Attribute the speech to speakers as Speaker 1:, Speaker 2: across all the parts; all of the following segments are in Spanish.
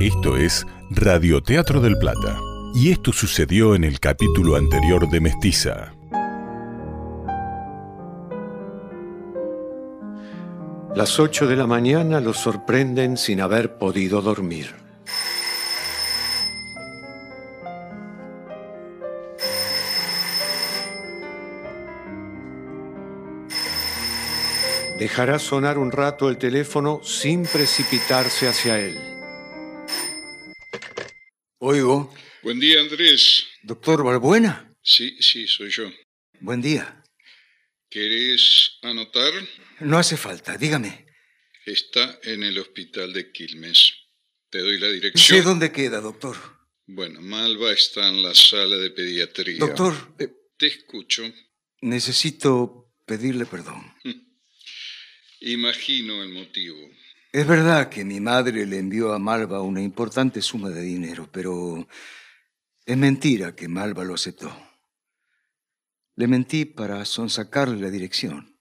Speaker 1: Esto es Radioteatro del Plata. Y esto sucedió en el capítulo anterior de Mestiza.
Speaker 2: Las ocho de la mañana los sorprenden sin haber podido dormir. Dejará sonar un rato el teléfono sin precipitarse hacia él.
Speaker 3: Oigo,
Speaker 4: Buen día, Andrés.
Speaker 3: doctor Balbuena.
Speaker 4: Sí, sí, soy yo.
Speaker 3: Buen día.
Speaker 4: ¿Querés anotar?
Speaker 3: No hace falta, dígame.
Speaker 4: Está en el hospital de Quilmes. Te doy la
Speaker 3: Sé
Speaker 4: dirección.
Speaker 3: dónde queda, doctor.
Speaker 4: Bueno, Malva está en la sala de pediatría.
Speaker 3: Doctor, eh,
Speaker 4: Te escucho.
Speaker 3: necesito pedirle perdón.
Speaker 4: Imagino el motivo.
Speaker 3: Es verdad que mi madre le envió a Malva una importante suma de dinero, pero es mentira que Malva lo aceptó. Le mentí para sonsacarle la dirección.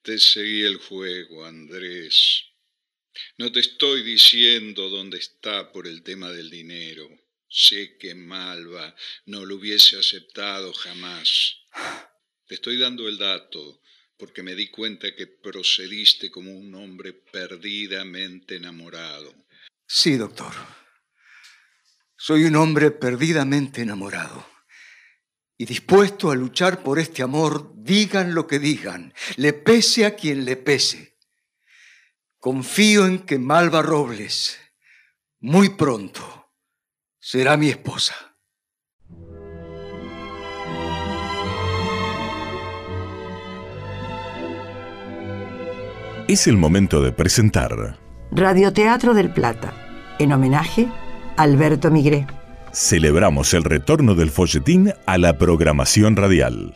Speaker 4: Te seguí el juego, Andrés. No te estoy diciendo dónde está por el tema del dinero. Sé que Malva no lo hubiese aceptado jamás. Te estoy dando el dato porque me di cuenta que procediste como un hombre perdidamente enamorado.
Speaker 3: Sí, doctor. Soy un hombre perdidamente enamorado y dispuesto a luchar por este amor, digan lo que digan, le pese a quien le pese. Confío en que Malva Robles muy pronto será mi esposa.
Speaker 1: Es el momento de presentar
Speaker 5: Radioteatro del Plata, en homenaje a Alberto Migré.
Speaker 1: Celebramos el retorno del folletín a la programación radial.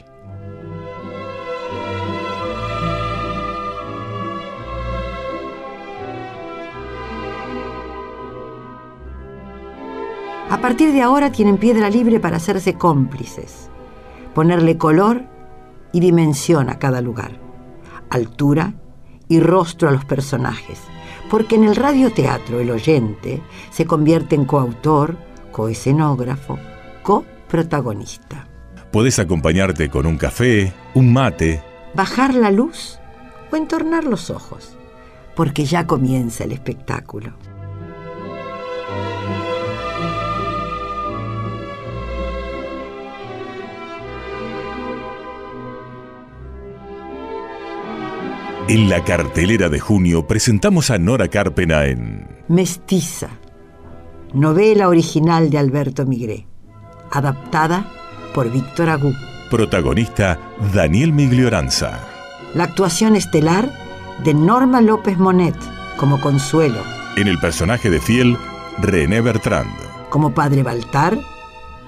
Speaker 5: A partir de ahora tienen piedra libre para hacerse cómplices, ponerle color y dimensión a cada lugar, altura y rostro a los personajes, porque en el radioteatro el oyente se convierte en coautor, coescenógrafo, coprotagonista.
Speaker 1: Podés acompañarte con un café, un mate.
Speaker 5: Bajar la luz o entornar los ojos, porque ya comienza el espectáculo.
Speaker 1: En la cartelera de junio presentamos a Nora Carpena en
Speaker 5: Mestiza, novela original de Alberto Migré, adaptada por Víctor Agú.
Speaker 1: protagonista Daniel Miglioranza.
Speaker 5: La actuación estelar de Norma López Monet como Consuelo,
Speaker 1: En el personaje de Fiel, René Bertrand.
Speaker 5: como Padre Baltar,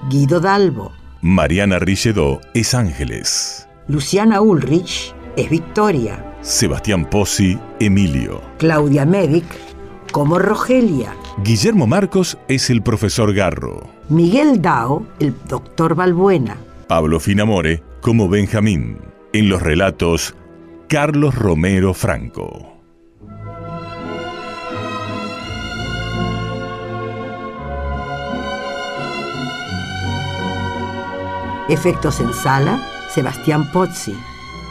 Speaker 5: Guido Dalbo,
Speaker 1: Mariana Richedo es Ángeles.
Speaker 5: Luciana Ulrich es Victoria,
Speaker 1: Sebastián Pozzi, Emilio.
Speaker 5: Claudia Medic como Rogelia,
Speaker 1: Guillermo Marcos es el profesor Garro.
Speaker 5: Miguel Dao, el doctor Balbuena,
Speaker 1: Pablo Finamore como Benjamín. En los relatos, Carlos Romero Franco.
Speaker 5: efectos en sala, Sebastián Pozzi,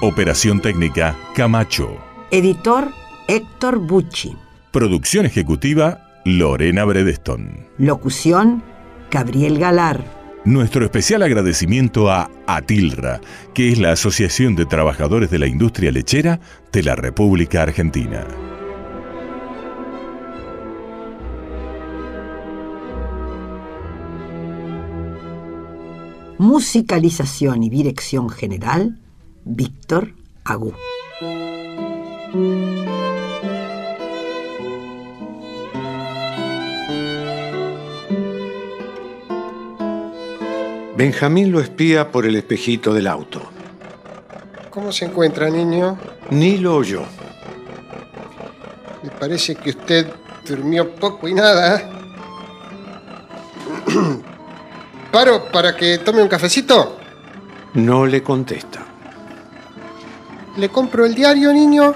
Speaker 1: Operación técnica, Camacho.
Speaker 5: editor Héctor Bucci.
Speaker 1: Producción ejecutiva, Lorena Bredeston.
Speaker 5: Locución, Gabriel Galar.
Speaker 1: Nuestro especial agradecimiento a ATILRA, que es la Asociación de Trabajadores de la Industria Lechera de la República Argentina.
Speaker 5: Musicalización y dirección general, Víctor Agú.
Speaker 2: Benjamín lo espía por el espejito del auto.
Speaker 6: ¿Cómo se encuentra, niño?
Speaker 2: Ni lo oyó.
Speaker 6: Me parece que usted durmió poco y nada. ¿eh? ¿Paro para que tome un cafecito?
Speaker 2: No le contesta.
Speaker 6: ¿Le compro el diario, niño?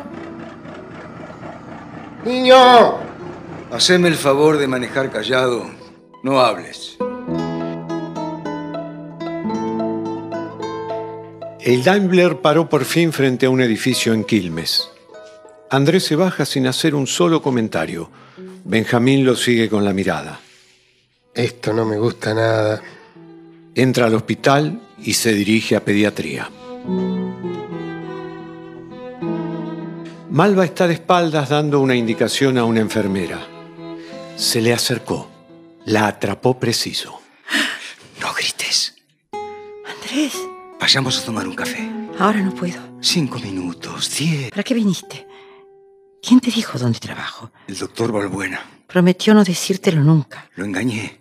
Speaker 6: ¡Niño!
Speaker 3: Haceme el favor de manejar callado. No hables.
Speaker 2: El Daimler paró por fin frente a un edificio en Quilmes. Andrés se baja sin hacer un solo comentario. Benjamín lo sigue con la mirada.
Speaker 6: Esto no me gusta nada.
Speaker 2: Entra al hospital y se dirige a pediatría. Malva está de espaldas dando una indicación a una enfermera. Se le acercó. La atrapó preciso.
Speaker 3: No grites.
Speaker 7: Andrés,
Speaker 3: Vayamos a tomar un café.
Speaker 7: ahora no puedo.
Speaker 3: Cinco minutos, diez.
Speaker 7: ¿Para qué viniste? ¿Quién te dijo dónde trabajo?
Speaker 3: El doctor Balbuena.
Speaker 7: Prometió no decírtelo nunca.
Speaker 3: Lo engañé.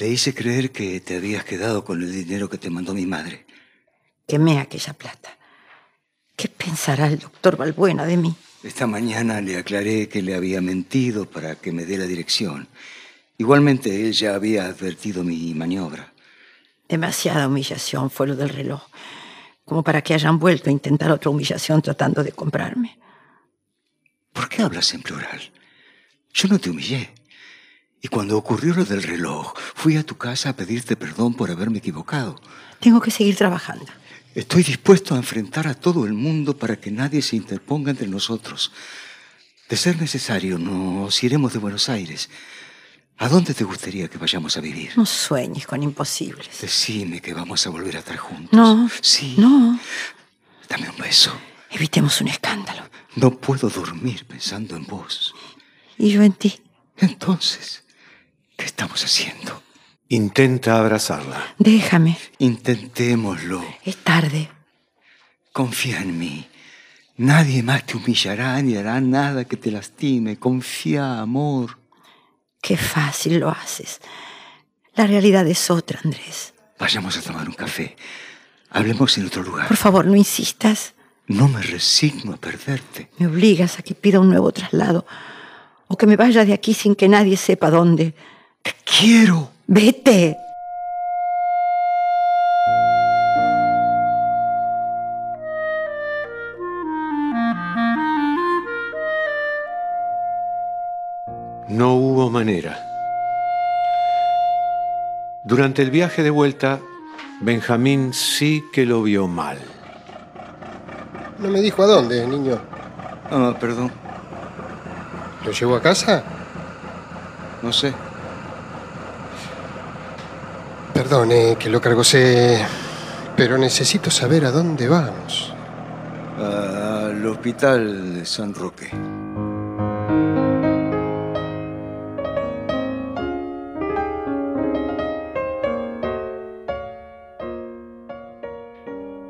Speaker 3: Le hice creer que te habías quedado con el dinero que te mandó mi madre.
Speaker 7: Quemé aquella plata. ¿Qué pensará el doctor Balbuena de mí?
Speaker 3: Esta mañana le aclaré que le había mentido para que me dé la dirección. Igualmente él ya había advertido mi maniobra.
Speaker 7: Demasiada humillación fue lo del reloj, como para que hayan vuelto a intentar otra humillación tratando de comprarme.
Speaker 3: ¿Por qué hablas en plural? Yo no te humillé. Y cuando ocurrió lo del reloj, fui a tu casa a pedirte perdón por haberme equivocado.
Speaker 7: Tengo que seguir trabajando.
Speaker 3: Estoy dispuesto a enfrentar a todo el mundo para que nadie se interponga entre nosotros. De ser necesario, nos iremos de Buenos Aires. ¿A dónde te gustaría que vayamos a vivir?
Speaker 7: No sueñes con imposibles.
Speaker 3: Decime que vamos a volver a estar juntos.
Speaker 7: No,
Speaker 3: Sí.
Speaker 7: no.
Speaker 3: Dame un beso.
Speaker 7: Evitemos un escándalo.
Speaker 3: No puedo dormir pensando en vos.
Speaker 7: Y yo en ti.
Speaker 3: Entonces, ¿qué estamos haciendo?
Speaker 2: Intenta abrazarla.
Speaker 7: Déjame.
Speaker 3: Intentémoslo.
Speaker 7: Es tarde.
Speaker 3: Confía en mí. Nadie más te humillará ni hará nada que te lastime. Confía, amor.
Speaker 7: Qué fácil lo haces. La realidad es otra, Andrés.
Speaker 3: Vayamos a tomar un café. Hablemos en otro lugar.
Speaker 7: Por favor, no insistas.
Speaker 3: No me resigno a perderte.
Speaker 7: Me obligas a que pida un nuevo traslado. O que me vaya de aquí sin que nadie sepa dónde.
Speaker 3: Te quiero.
Speaker 7: ¡Vete!
Speaker 2: No hubo manera. Durante el viaje de vuelta, Benjamín sí que lo vio mal.
Speaker 6: No me dijo a dónde, niño.
Speaker 3: Ah, perdón.
Speaker 6: ¿Lo llevó a casa?
Speaker 3: No sé.
Speaker 6: Perdone que lo cargosé, pero necesito saber a dónde vamos.
Speaker 3: Al hospital de San Roque.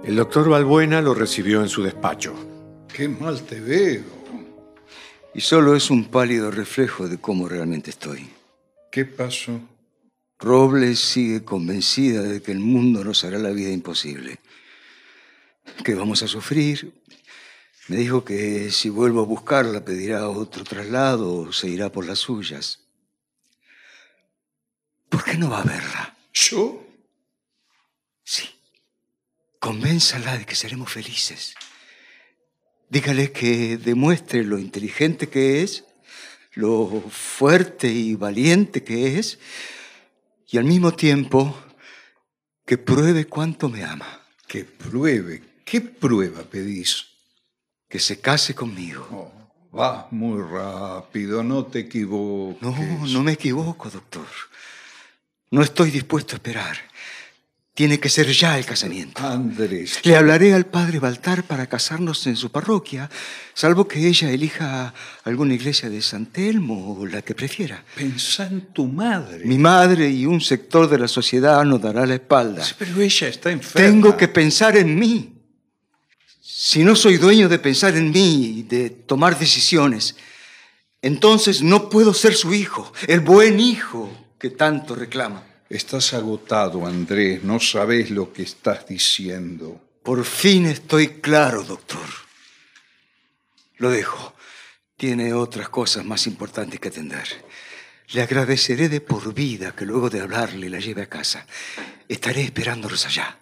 Speaker 2: El doctor Balbuena lo recibió en su despacho.
Speaker 4: Qué mal te veo.
Speaker 3: Y solo es un pálido reflejo de cómo realmente estoy.
Speaker 4: ¿Qué pasó?
Speaker 3: Robles sigue convencida de que el mundo nos hará la vida imposible. Que vamos a sufrir. Me dijo que si vuelvo a buscarla pedirá otro traslado o se irá por las suyas. ¿Por qué no va a verla?
Speaker 4: ¿Yo?
Speaker 3: Sí. Convénzala de que seremos felices. Dígale que demuestre lo inteligente que es, lo fuerte y valiente que es, y al mismo tiempo que pruebe cuánto me ama,
Speaker 4: Que pruebe. ¿Qué prueba pedís?
Speaker 3: que se case conmigo.
Speaker 4: Oh, vas muy rápido, no te equivoques.
Speaker 3: No, no me equivoco, doctor. No estoy dispuesto a esperar. Tiene que ser ya el casamiento.
Speaker 4: Andrés,
Speaker 3: Le hablaré al padre Baltar para casarnos en su parroquia, salvo que ella elija alguna iglesia de San Telmo o la que prefiera.
Speaker 4: pensá en tu madre.
Speaker 3: Mi madre y un sector de la sociedad nos dará la espalda.
Speaker 4: Sí, Pero ella está enferma.
Speaker 3: Tengo que pensar en mí. Si no soy dueño de pensar en mí y de tomar decisiones, entonces no puedo ser su hijo, el buen hijo que tanto reclama.
Speaker 4: Estás agotado, Andrés. No sabes lo que estás diciendo.
Speaker 3: Por fin estoy claro, doctor. Lo dejo. Tiene otras cosas más importantes que atender. Le agradeceré de por vida que luego de hablarle la lleve a casa. Estaré esperándolos allá.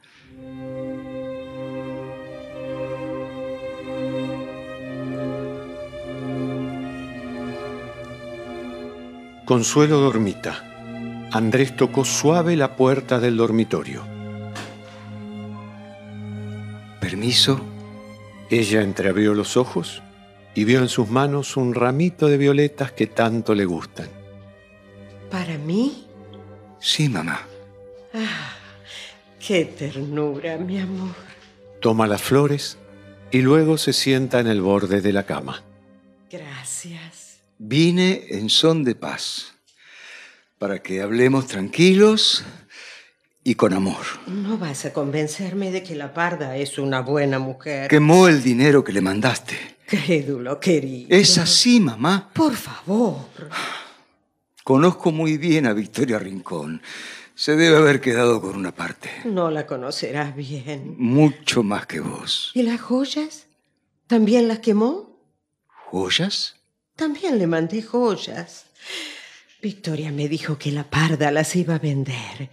Speaker 2: Consuelo dormita. Andrés tocó suave la puerta del dormitorio.
Speaker 3: Permiso,
Speaker 2: Ella entreabrió los ojos y vio en sus manos un ramito de violetas que tanto le gustan.
Speaker 8: ¿Para mí?
Speaker 3: sí, mamá.
Speaker 8: ¡Qué ternura, mi amor!
Speaker 2: Toma las flores y luego se sienta en el borde de la cama.
Speaker 8: Gracias.
Speaker 3: Vine en son de paz, para que hablemos tranquilos y con amor.
Speaker 8: No vas a convencerme de que la parda es una buena mujer.
Speaker 3: Quemó el dinero que le mandaste.
Speaker 8: Crédulo, querido.
Speaker 3: Es así, mamá.
Speaker 8: Por favor.
Speaker 3: Conozco muy bien a Victoria Rincón. Se debe haber quedado con una parte.
Speaker 8: No la conocerás bien.
Speaker 3: Mucho más que vos.
Speaker 8: ¿Y las joyas? ¿También las quemó?
Speaker 3: ¿Joyas?
Speaker 8: También le mandé joyas. Victoria me dijo que la parda las iba a vender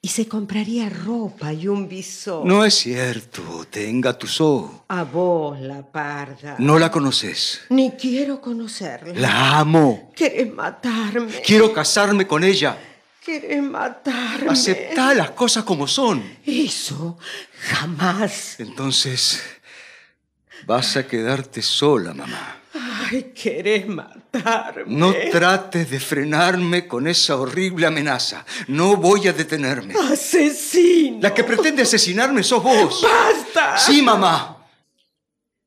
Speaker 8: y se compraría ropa y un visor.
Speaker 3: No es cierto. Te engatusó.
Speaker 8: A vos, la parda.
Speaker 3: No la conoces.
Speaker 8: Ni quiero conocerla.
Speaker 3: La amo.
Speaker 8: Querés matarme.
Speaker 3: Quiero casarme con ella.
Speaker 8: Querés matarme.
Speaker 3: Aceptá las cosas como son.
Speaker 8: Eso jamás.
Speaker 3: Entonces, vas a quedarte sola, mamá.
Speaker 8: Ay, querés matarme.
Speaker 3: No trates de frenarme con esa horrible amenaza. No voy a detenerme.
Speaker 8: Asesino.
Speaker 3: La que pretende asesinarme sos vos.
Speaker 8: ¡Basta!
Speaker 3: Sí, mamá.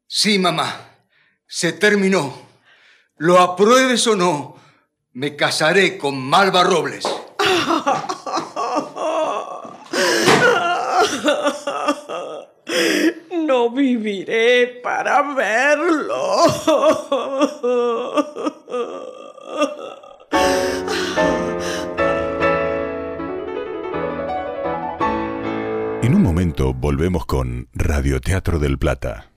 Speaker 3: Sí, mamá. Se terminó. Lo apruebes o no, me casaré con Malva Robles.
Speaker 8: No viviré para verlo.
Speaker 1: En un momento volvemos con Radioteatro del Plata.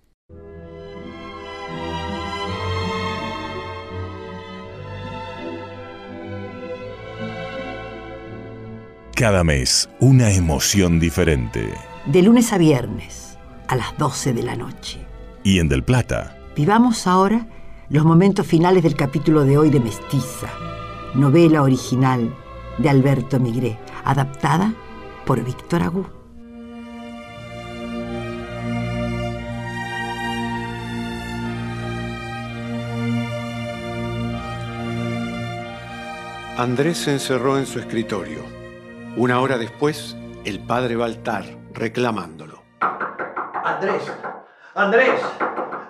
Speaker 1: Cada mes, una emoción diferente.
Speaker 5: De lunes a viernes, a las 12 de la noche.
Speaker 1: Y en Del Plata,
Speaker 5: Vivamos ahora los momentos finales del capítulo de hoy de Mestiza, novela original de Alberto Migré, adaptada por Víctor Agú.
Speaker 2: Andrés se encerró en su escritorio. Una hora después, el padre Baltar reclamándolo.
Speaker 9: Andrés, Andrés,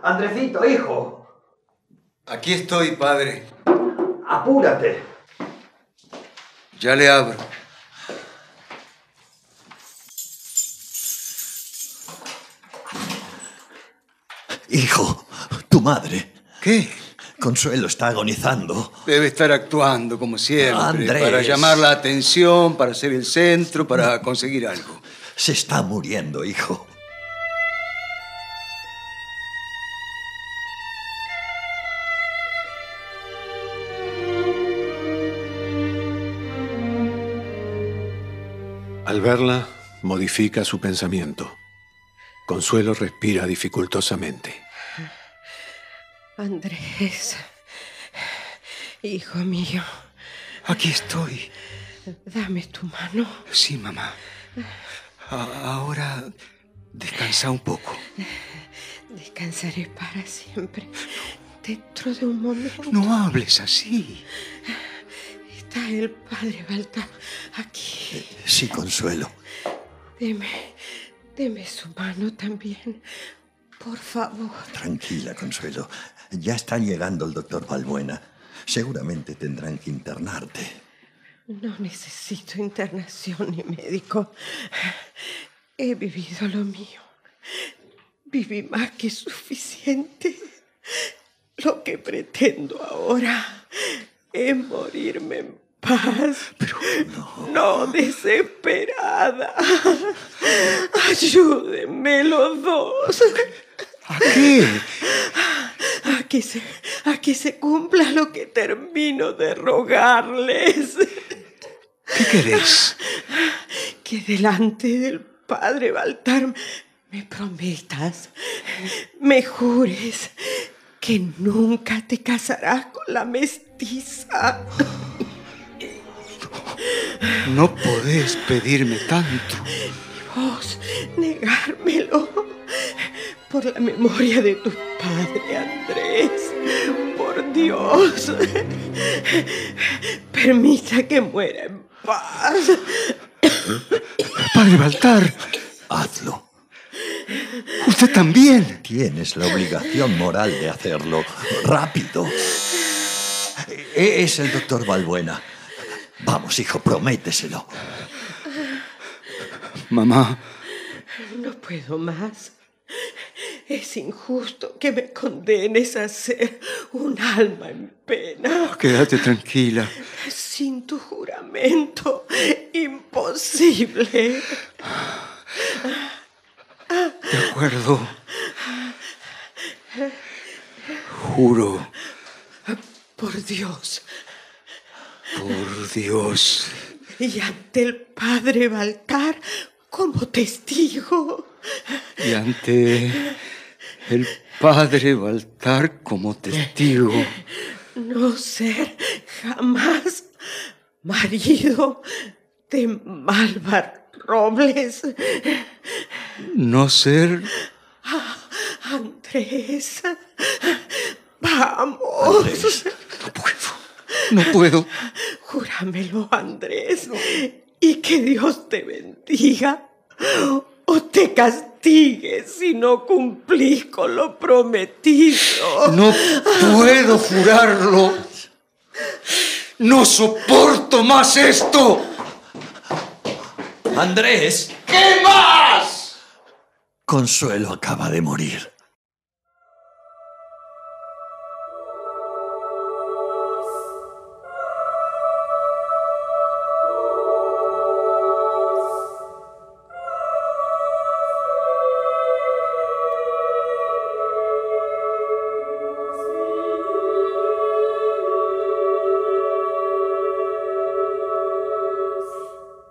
Speaker 9: Andresito, hijo,
Speaker 3: Aquí estoy, padre.
Speaker 9: apúrate.
Speaker 3: Ya le abro.
Speaker 9: Hijo, tu madre,
Speaker 3: ¿Qué?
Speaker 9: Consuelo está agonizando.
Speaker 3: Debe estar actuando como siempre,
Speaker 9: Andrés.
Speaker 3: para llamar la atención, para ser el centro, para conseguir algo.
Speaker 9: Se está muriendo, hijo.
Speaker 2: Al verla, modifica su pensamiento. Consuelo respira dificultosamente.
Speaker 8: Andrés, hijo mío,
Speaker 3: Aquí estoy.
Speaker 8: dame tu mano.
Speaker 3: Sí, mamá. A- ahora descansa un poco.
Speaker 8: Descansaré para siempre. Dentro de un momento
Speaker 3: No hables así.
Speaker 8: está el padre Baltar aquí.
Speaker 9: Sí, Consuelo.
Speaker 8: Deme, deme su mano también. Por favor.
Speaker 9: Tranquila, Consuelo. Ya está llegando el doctor Balbuena. Seguramente tendrán que internarte.
Speaker 8: No necesito internación ni médico. He vivido lo mío. Viví más que suficiente. Lo que pretendo ahora es morirme en paz. no. desesperada. Ayúdenme los dos
Speaker 3: ¿A qué?
Speaker 8: a que se, a que se cumpla lo que termino de rogarles.
Speaker 3: ¿Qué querés?
Speaker 8: que delante del padre Baltar me prometas, me jures que nunca te casarás con la mestiza.
Speaker 3: No podés pedirme tanto.
Speaker 8: Vos, negármelo. Por la memoria de tu padre, Andrés. Por Dios. Permita que muera en paz.
Speaker 3: Padre Baltar,
Speaker 9: Hazlo.
Speaker 3: usted también.
Speaker 9: Tienes la obligación moral de hacerlo. Rápido. E- Es el doctor Balbuena. Vamos, hijo, prométeselo.
Speaker 3: Mamá,
Speaker 8: No puedo más. Es injusto que me condenes a ser un alma en pena.
Speaker 3: quédate tranquila.
Speaker 8: Sin tu juramento, imposible.
Speaker 3: De acuerdo. Juro
Speaker 8: Por Dios.
Speaker 3: por Dios.
Speaker 8: Y ante el padre Baltar como testigo.
Speaker 3: Y ante el padre Baltar como testigo.
Speaker 8: No ser jamás marido de Malvar Robles.
Speaker 3: No ser
Speaker 8: Andrés. Vamos.
Speaker 9: Andrés,
Speaker 3: No puedo. No puedo.
Speaker 8: Júramelo, Andrés, y que Dios te bendiga o te castigue si no cumplís con lo prometido.
Speaker 3: No puedo jurarlo. No soporto más esto.
Speaker 9: Andrés,
Speaker 3: ¿Qué más?
Speaker 9: Consuelo acaba de morir.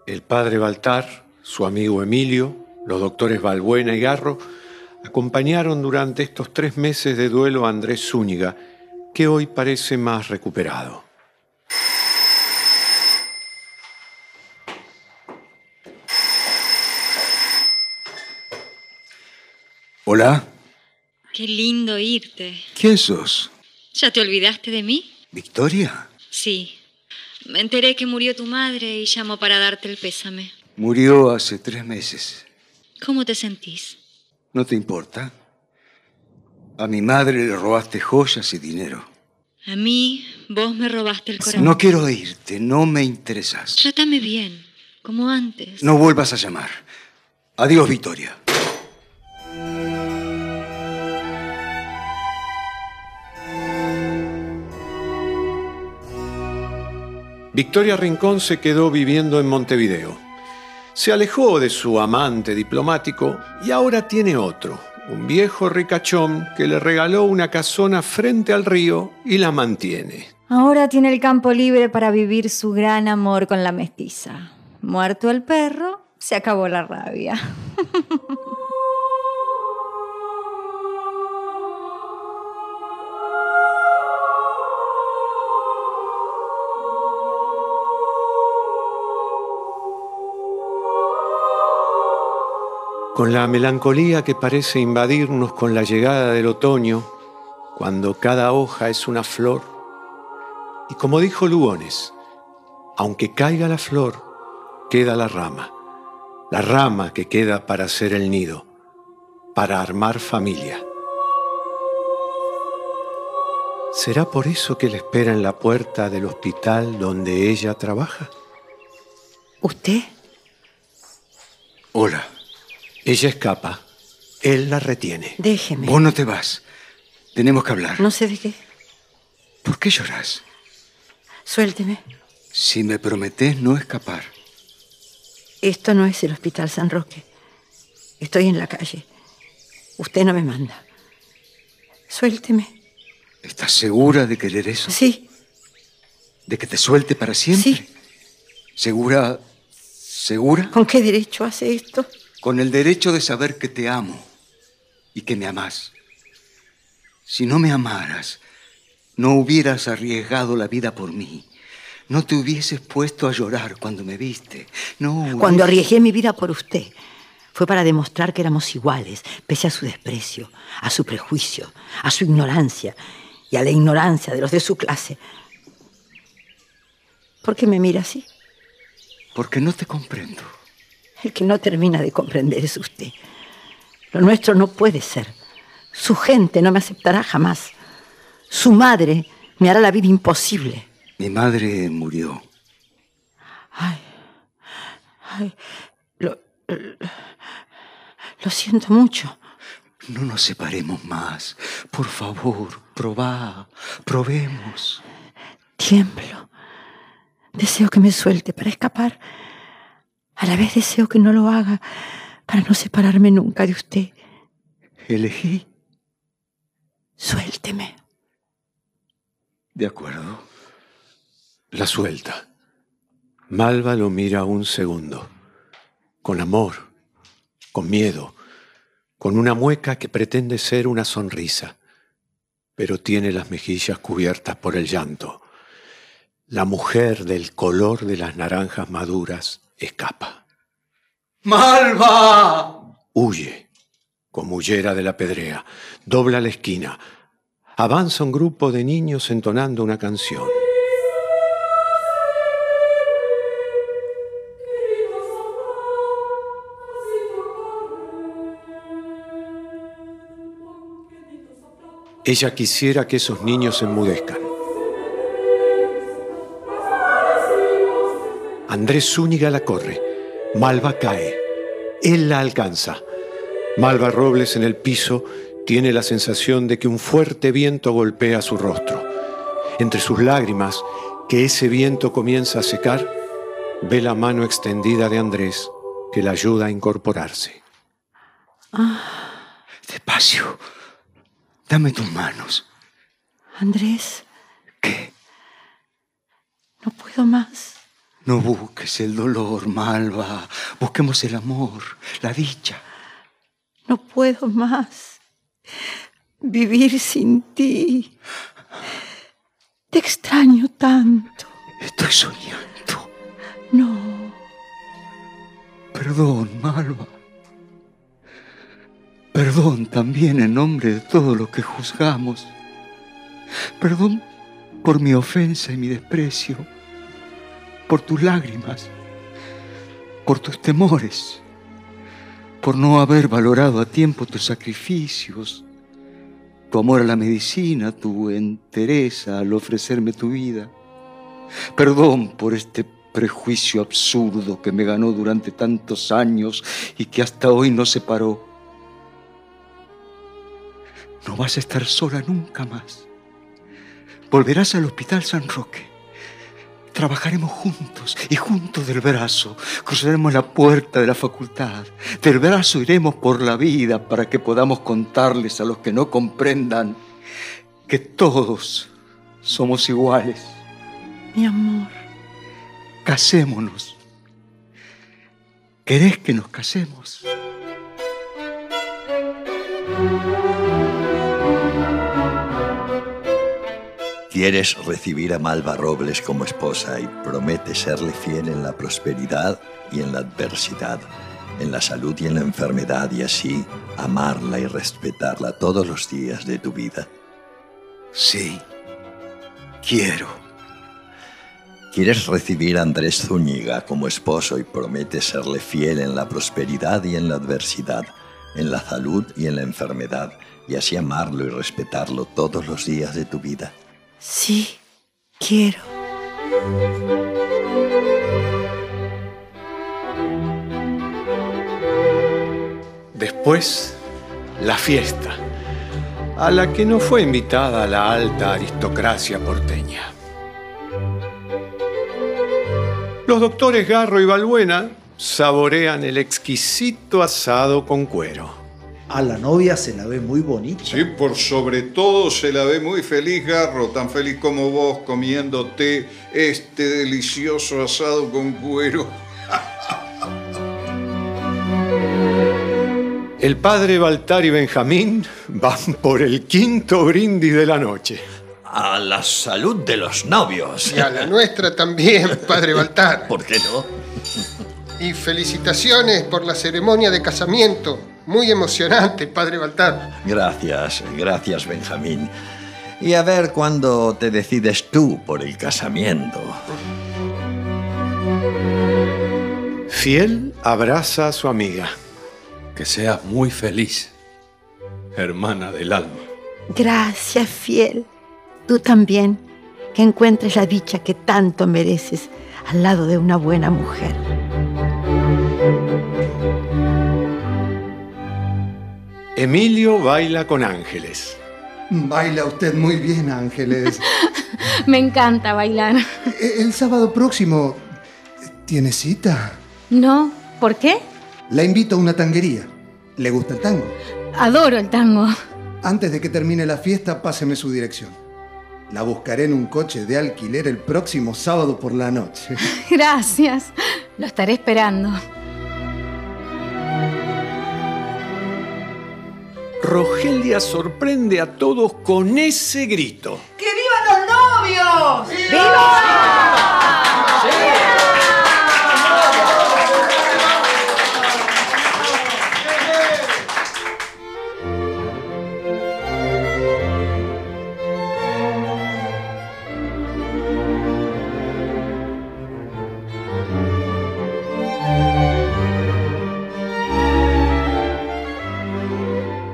Speaker 2: El padre Baltar, su amigo Emilio, los doctores Balbuena y Garro acompañaron durante estos tres meses de duelo a Andrés Zúñiga, que hoy parece más recuperado.
Speaker 3: Hola,
Speaker 10: Qué lindo irte.
Speaker 3: ¿quién sos?
Speaker 10: ¿Ya te olvidaste de mí?
Speaker 3: ¿Victoria?
Speaker 10: Sí. Me enteré que murió tu madre y llamo para darte el pésame.
Speaker 3: Murió hace tres meses.
Speaker 10: ¿Cómo te sentís?
Speaker 3: ¿No te importa? A mi madre le robaste joyas y dinero.
Speaker 10: A mí, vos me robaste el corazón.
Speaker 3: No quiero oírte, no me interesas.
Speaker 10: Trátame bien, como antes.
Speaker 3: No vuelvas a llamar. Adiós, Victoria.
Speaker 2: Victoria Rincón se quedó viviendo en Montevideo. Se alejó de su amante diplomático y ahora tiene otro, un viejo ricachón que le regaló una casona frente al río y la mantiene.
Speaker 11: Ahora tiene el campo libre para vivir su gran amor con la mestiza. Muerto el perro, se acabó la rabia.
Speaker 2: Con la melancolía que parece invadirnos con la llegada del otoño, cuando cada hoja es una flor, y como dijo Lugones, aunque caiga la flor, queda la rama, la rama que queda para hacer el nido, para armar familia. ¿Será por eso que le espera en la puerta del hospital donde ella trabaja?
Speaker 5: ¿Usted?
Speaker 2: Hola, ella escapa, él la retiene.
Speaker 5: Déjeme.
Speaker 3: Vos no te vas. Tenemos que hablar.
Speaker 5: No sé de qué.
Speaker 3: ¿Por qué lloras?
Speaker 5: Suélteme.
Speaker 3: Si me prometés no escapar.
Speaker 7: Esto no es el Hospital San Roque. Estoy en la calle. Usted no me manda. Suélteme.
Speaker 3: ¿Estás segura de querer eso?
Speaker 7: Sí,
Speaker 3: ¿De que te suelte para siempre?
Speaker 7: Sí.
Speaker 3: ¿Segura? ¿Segura?
Speaker 7: ¿con qué derecho hace esto?
Speaker 3: Con el derecho de saber que te amo y que me amás. Si no me amaras, no hubieras arriesgado la vida por mí. No te hubieses puesto a llorar cuando me viste. No. hubieses-
Speaker 5: Cuando arriesgué mi vida por usted, fue para demostrar que éramos iguales, pese a su desprecio, a su prejuicio, a su ignorancia y a la ignorancia de los de su clase. ¿Por qué me mira así?
Speaker 3: Porque no te comprendo.
Speaker 5: El que no termina de comprender es usted. Lo nuestro no puede ser. Su gente no me aceptará jamás. Su madre me hará la vida imposible.
Speaker 3: Mi madre murió.
Speaker 5: Ay, lo, lo- lo siento mucho.
Speaker 3: No nos separemos más. Por favor, probá. Probemos.
Speaker 5: Tiemblo. Deseo que me suelte para escapar. A la vez deseo que no lo haga para no separarme nunca de usted.
Speaker 3: Elegí.
Speaker 5: Suélteme.
Speaker 3: De acuerdo.
Speaker 2: La suelta. Malva lo mira un segundo, con amor, con miedo, con una mueca que pretende ser una sonrisa, pero tiene las mejillas cubiertas por el llanto. La mujer del color de las naranjas maduras escapa,
Speaker 3: ¡Malva!
Speaker 2: huye, como huyera de la pedrea, dobla la esquina, avanza un grupo de niños entonando una canción. Ella quisiera que esos niños se enmudezcan. Andrés Zúñiga la corre. Malva cae. Él la alcanza. Malva Robles en el piso tiene la sensación de que un fuerte viento golpea su rostro. Entre sus lágrimas, que ese viento comienza a secar, ve la mano extendida de Andrés que la ayuda a incorporarse.
Speaker 3: Despacio. Dame tus manos.
Speaker 5: Andrés. ¿Qué? No puedo más.
Speaker 3: No busques el dolor, Malva. Busquemos el amor, la dicha.
Speaker 5: No puedo más. Vivir sin ti. Te extraño tanto.
Speaker 3: Estoy soñando.
Speaker 5: No.
Speaker 3: Perdón, Malva. Perdón también en nombre de todos los que juzgamos. Perdón por mi ofensa y mi desprecio, por tus lágrimas, por tus temores, por no haber valorado a tiempo tus sacrificios, tu amor a la medicina, tu entereza al ofrecerme tu vida. Perdón por este prejuicio absurdo que me ganó durante tantos años y que hasta hoy no se paró. No vas a estar sola nunca más. Volverás al Hospital San Roque. Trabajaremos juntos y juntos del brazo. Cruzaremos la puerta de la facultad. Del brazo iremos por la vida para que podamos contarles a los que no comprendan que todos somos iguales.
Speaker 5: Mi amor,
Speaker 3: Casémonos. ¿Querés que nos casemos?
Speaker 9: Quieres recibir a Malva Robles como esposa y prometes serle fiel en la prosperidad y en la adversidad, en la salud y en la enfermedad, y así amarla y respetarla todos los días de tu vida.
Speaker 3: Sí, quiero.
Speaker 9: Quieres recibir a Andrés Zúñiga como esposo y prometes serle fiel en la prosperidad y en la adversidad, en la salud y en la enfermedad, y así amarlo y respetarlo todos los días de tu vida.
Speaker 5: sí, quiero.
Speaker 2: Después, la fiesta, a la que no fue invitada la alta aristocracia porteña. Los doctores Garro y Balbuena saborean el exquisito asado con cuero.
Speaker 12: A la novia se la ve muy bonita.
Speaker 4: Sí, por sobre todo se la ve muy feliz, Garro, tan feliz como vos comiéndote este delicioso asado con cuero.
Speaker 2: El padre Baltar y Benjamín van por el quinto brindis de la noche.
Speaker 9: a la salud de los novios.
Speaker 6: Y a la nuestra también, padre Baltar.
Speaker 9: ¿Por qué no?
Speaker 6: Y felicitaciones por la ceremonia de casamiento. Muy emocionante, padre Baltar.
Speaker 9: Gracias, gracias Benjamín. Y a ver cuándo te decides tú por el casamiento.
Speaker 2: Fiel abraza a su amiga.
Speaker 13: Que seas muy feliz, hermana del alma.
Speaker 7: Gracias, fiel. Tú también, que encuentres la dicha que tanto mereces al lado de una buena mujer.
Speaker 2: Emilio baila con ángeles.
Speaker 14: Baila usted muy bien, Ángeles.
Speaker 11: Me encanta bailar.
Speaker 14: E- El sábado próximo tiene cita.
Speaker 11: No, ¿por qué?
Speaker 14: La invito a una tanguería. ¿Le gusta el tango?
Speaker 11: Adoro el tango.
Speaker 14: Antes de que termine la fiesta, páseme su dirección. La buscaré en un coche de alquiler el próximo sábado por la noche.
Speaker 11: Gracias. Lo estaré esperando.
Speaker 2: Rogelia sorprende a todos con ese grito.
Speaker 15: ¡Que vivan los novios!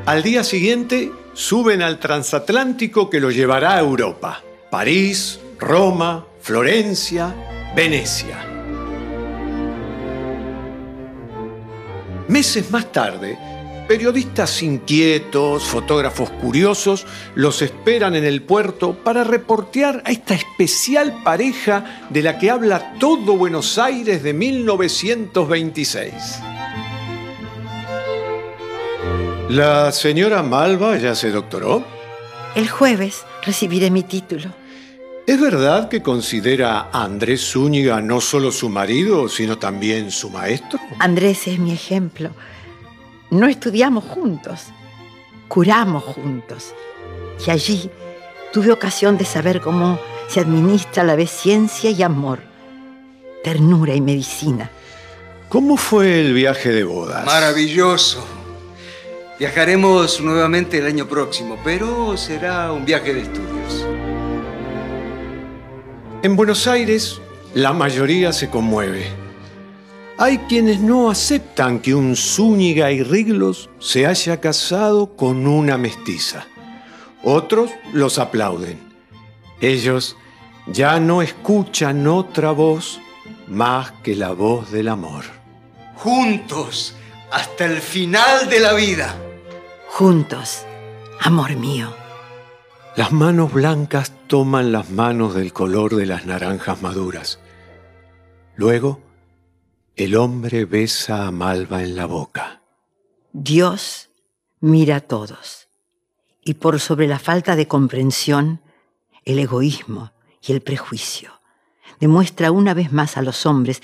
Speaker 2: Al día siguiente suben al transatlántico que lo llevará a Europa. París, Roma, Florencia, Venecia. Meses más tarde, periodistas inquietos, fotógrafos curiosos, los esperan en el puerto para reportear a esta especial pareja de la que habla todo Buenos Aires de 1926. La señora Malva ya se doctoró.
Speaker 7: El jueves recibiré mi título.
Speaker 2: ¿Es verdad que considera a Andrés Zúñiga no solo su marido, sino también su maestro?
Speaker 7: Andrés es mi ejemplo. No estudiamos juntos, curamos juntos. Y allí tuve ocasión de saber cómo se administra a la vez ciencia y amor, ternura y medicina.
Speaker 2: ¿Cómo fue el viaje de bodas?
Speaker 3: Maravilloso. Viajaremos nuevamente el año próximo, pero será un viaje de estudios.
Speaker 2: En Buenos Aires, la mayoría se conmueve. Hay quienes no aceptan que un Zúñiga y Riglos se haya casado con una mestiza. Otros los aplauden. Ellos ya no escuchan otra voz más que la voz del amor.
Speaker 3: Juntos hasta el final de la vida.
Speaker 7: Juntos, amor mío.
Speaker 2: Las manos blancas toman las manos del color de las naranjas maduras. Luego, el hombre besa a Malva en la boca.
Speaker 7: Dios mira a todos. Y por sobre la falta de comprensión, el egoísmo y el prejuicio demuestra una vez más a los hombres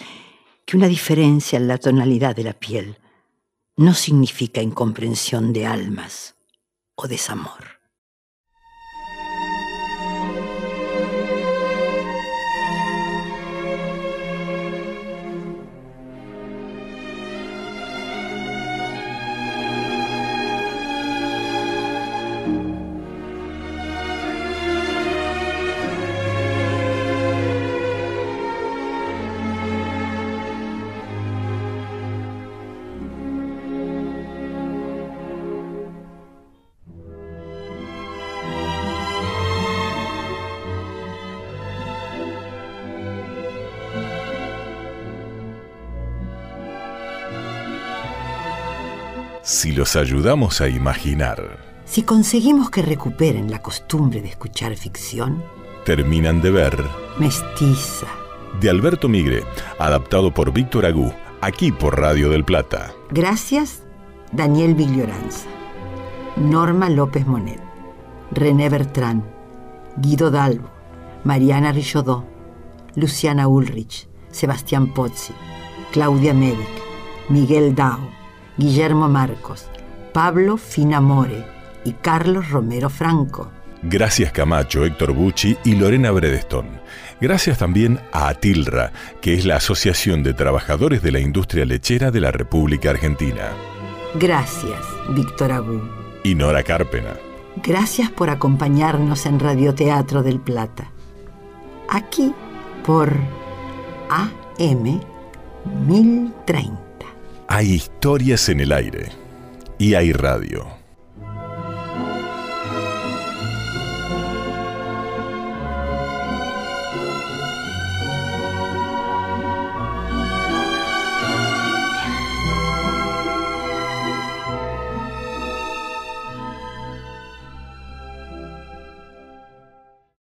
Speaker 7: que una diferencia en la tonalidad de la piel no significa incomprensión de almas o desamor.
Speaker 1: Si los ayudamos a imaginar,
Speaker 5: Si conseguimos que recuperen la costumbre de escuchar ficción,
Speaker 1: terminan de ver.
Speaker 5: Mestiza.
Speaker 1: De Alberto Migre, adaptado por Víctor Agú, aquí por Radio del Plata.
Speaker 5: Gracias, Daniel Viglioranza, Norma López Monet, René Bertrán, Guido Dalbo, Mariana Richodó, Luciana Ulrich, Sebastián Pozzi, Claudia Medic, Miguel Dao, Guillermo Marcos, Pablo Finamore y Carlos Romero Franco.
Speaker 1: Gracias Camacho, Héctor Bucci y Lorena Bredestón. Gracias también a Atilra, que es la Asociación de Trabajadores de la Industria Lechera de la República Argentina.
Speaker 5: Gracias, Víctor Agú.
Speaker 1: Y Nora Carpena.
Speaker 5: Gracias por acompañarnos en Radioteatro del Plata. Aquí por AM 1030.
Speaker 1: Hay historias en el aire y hay radio.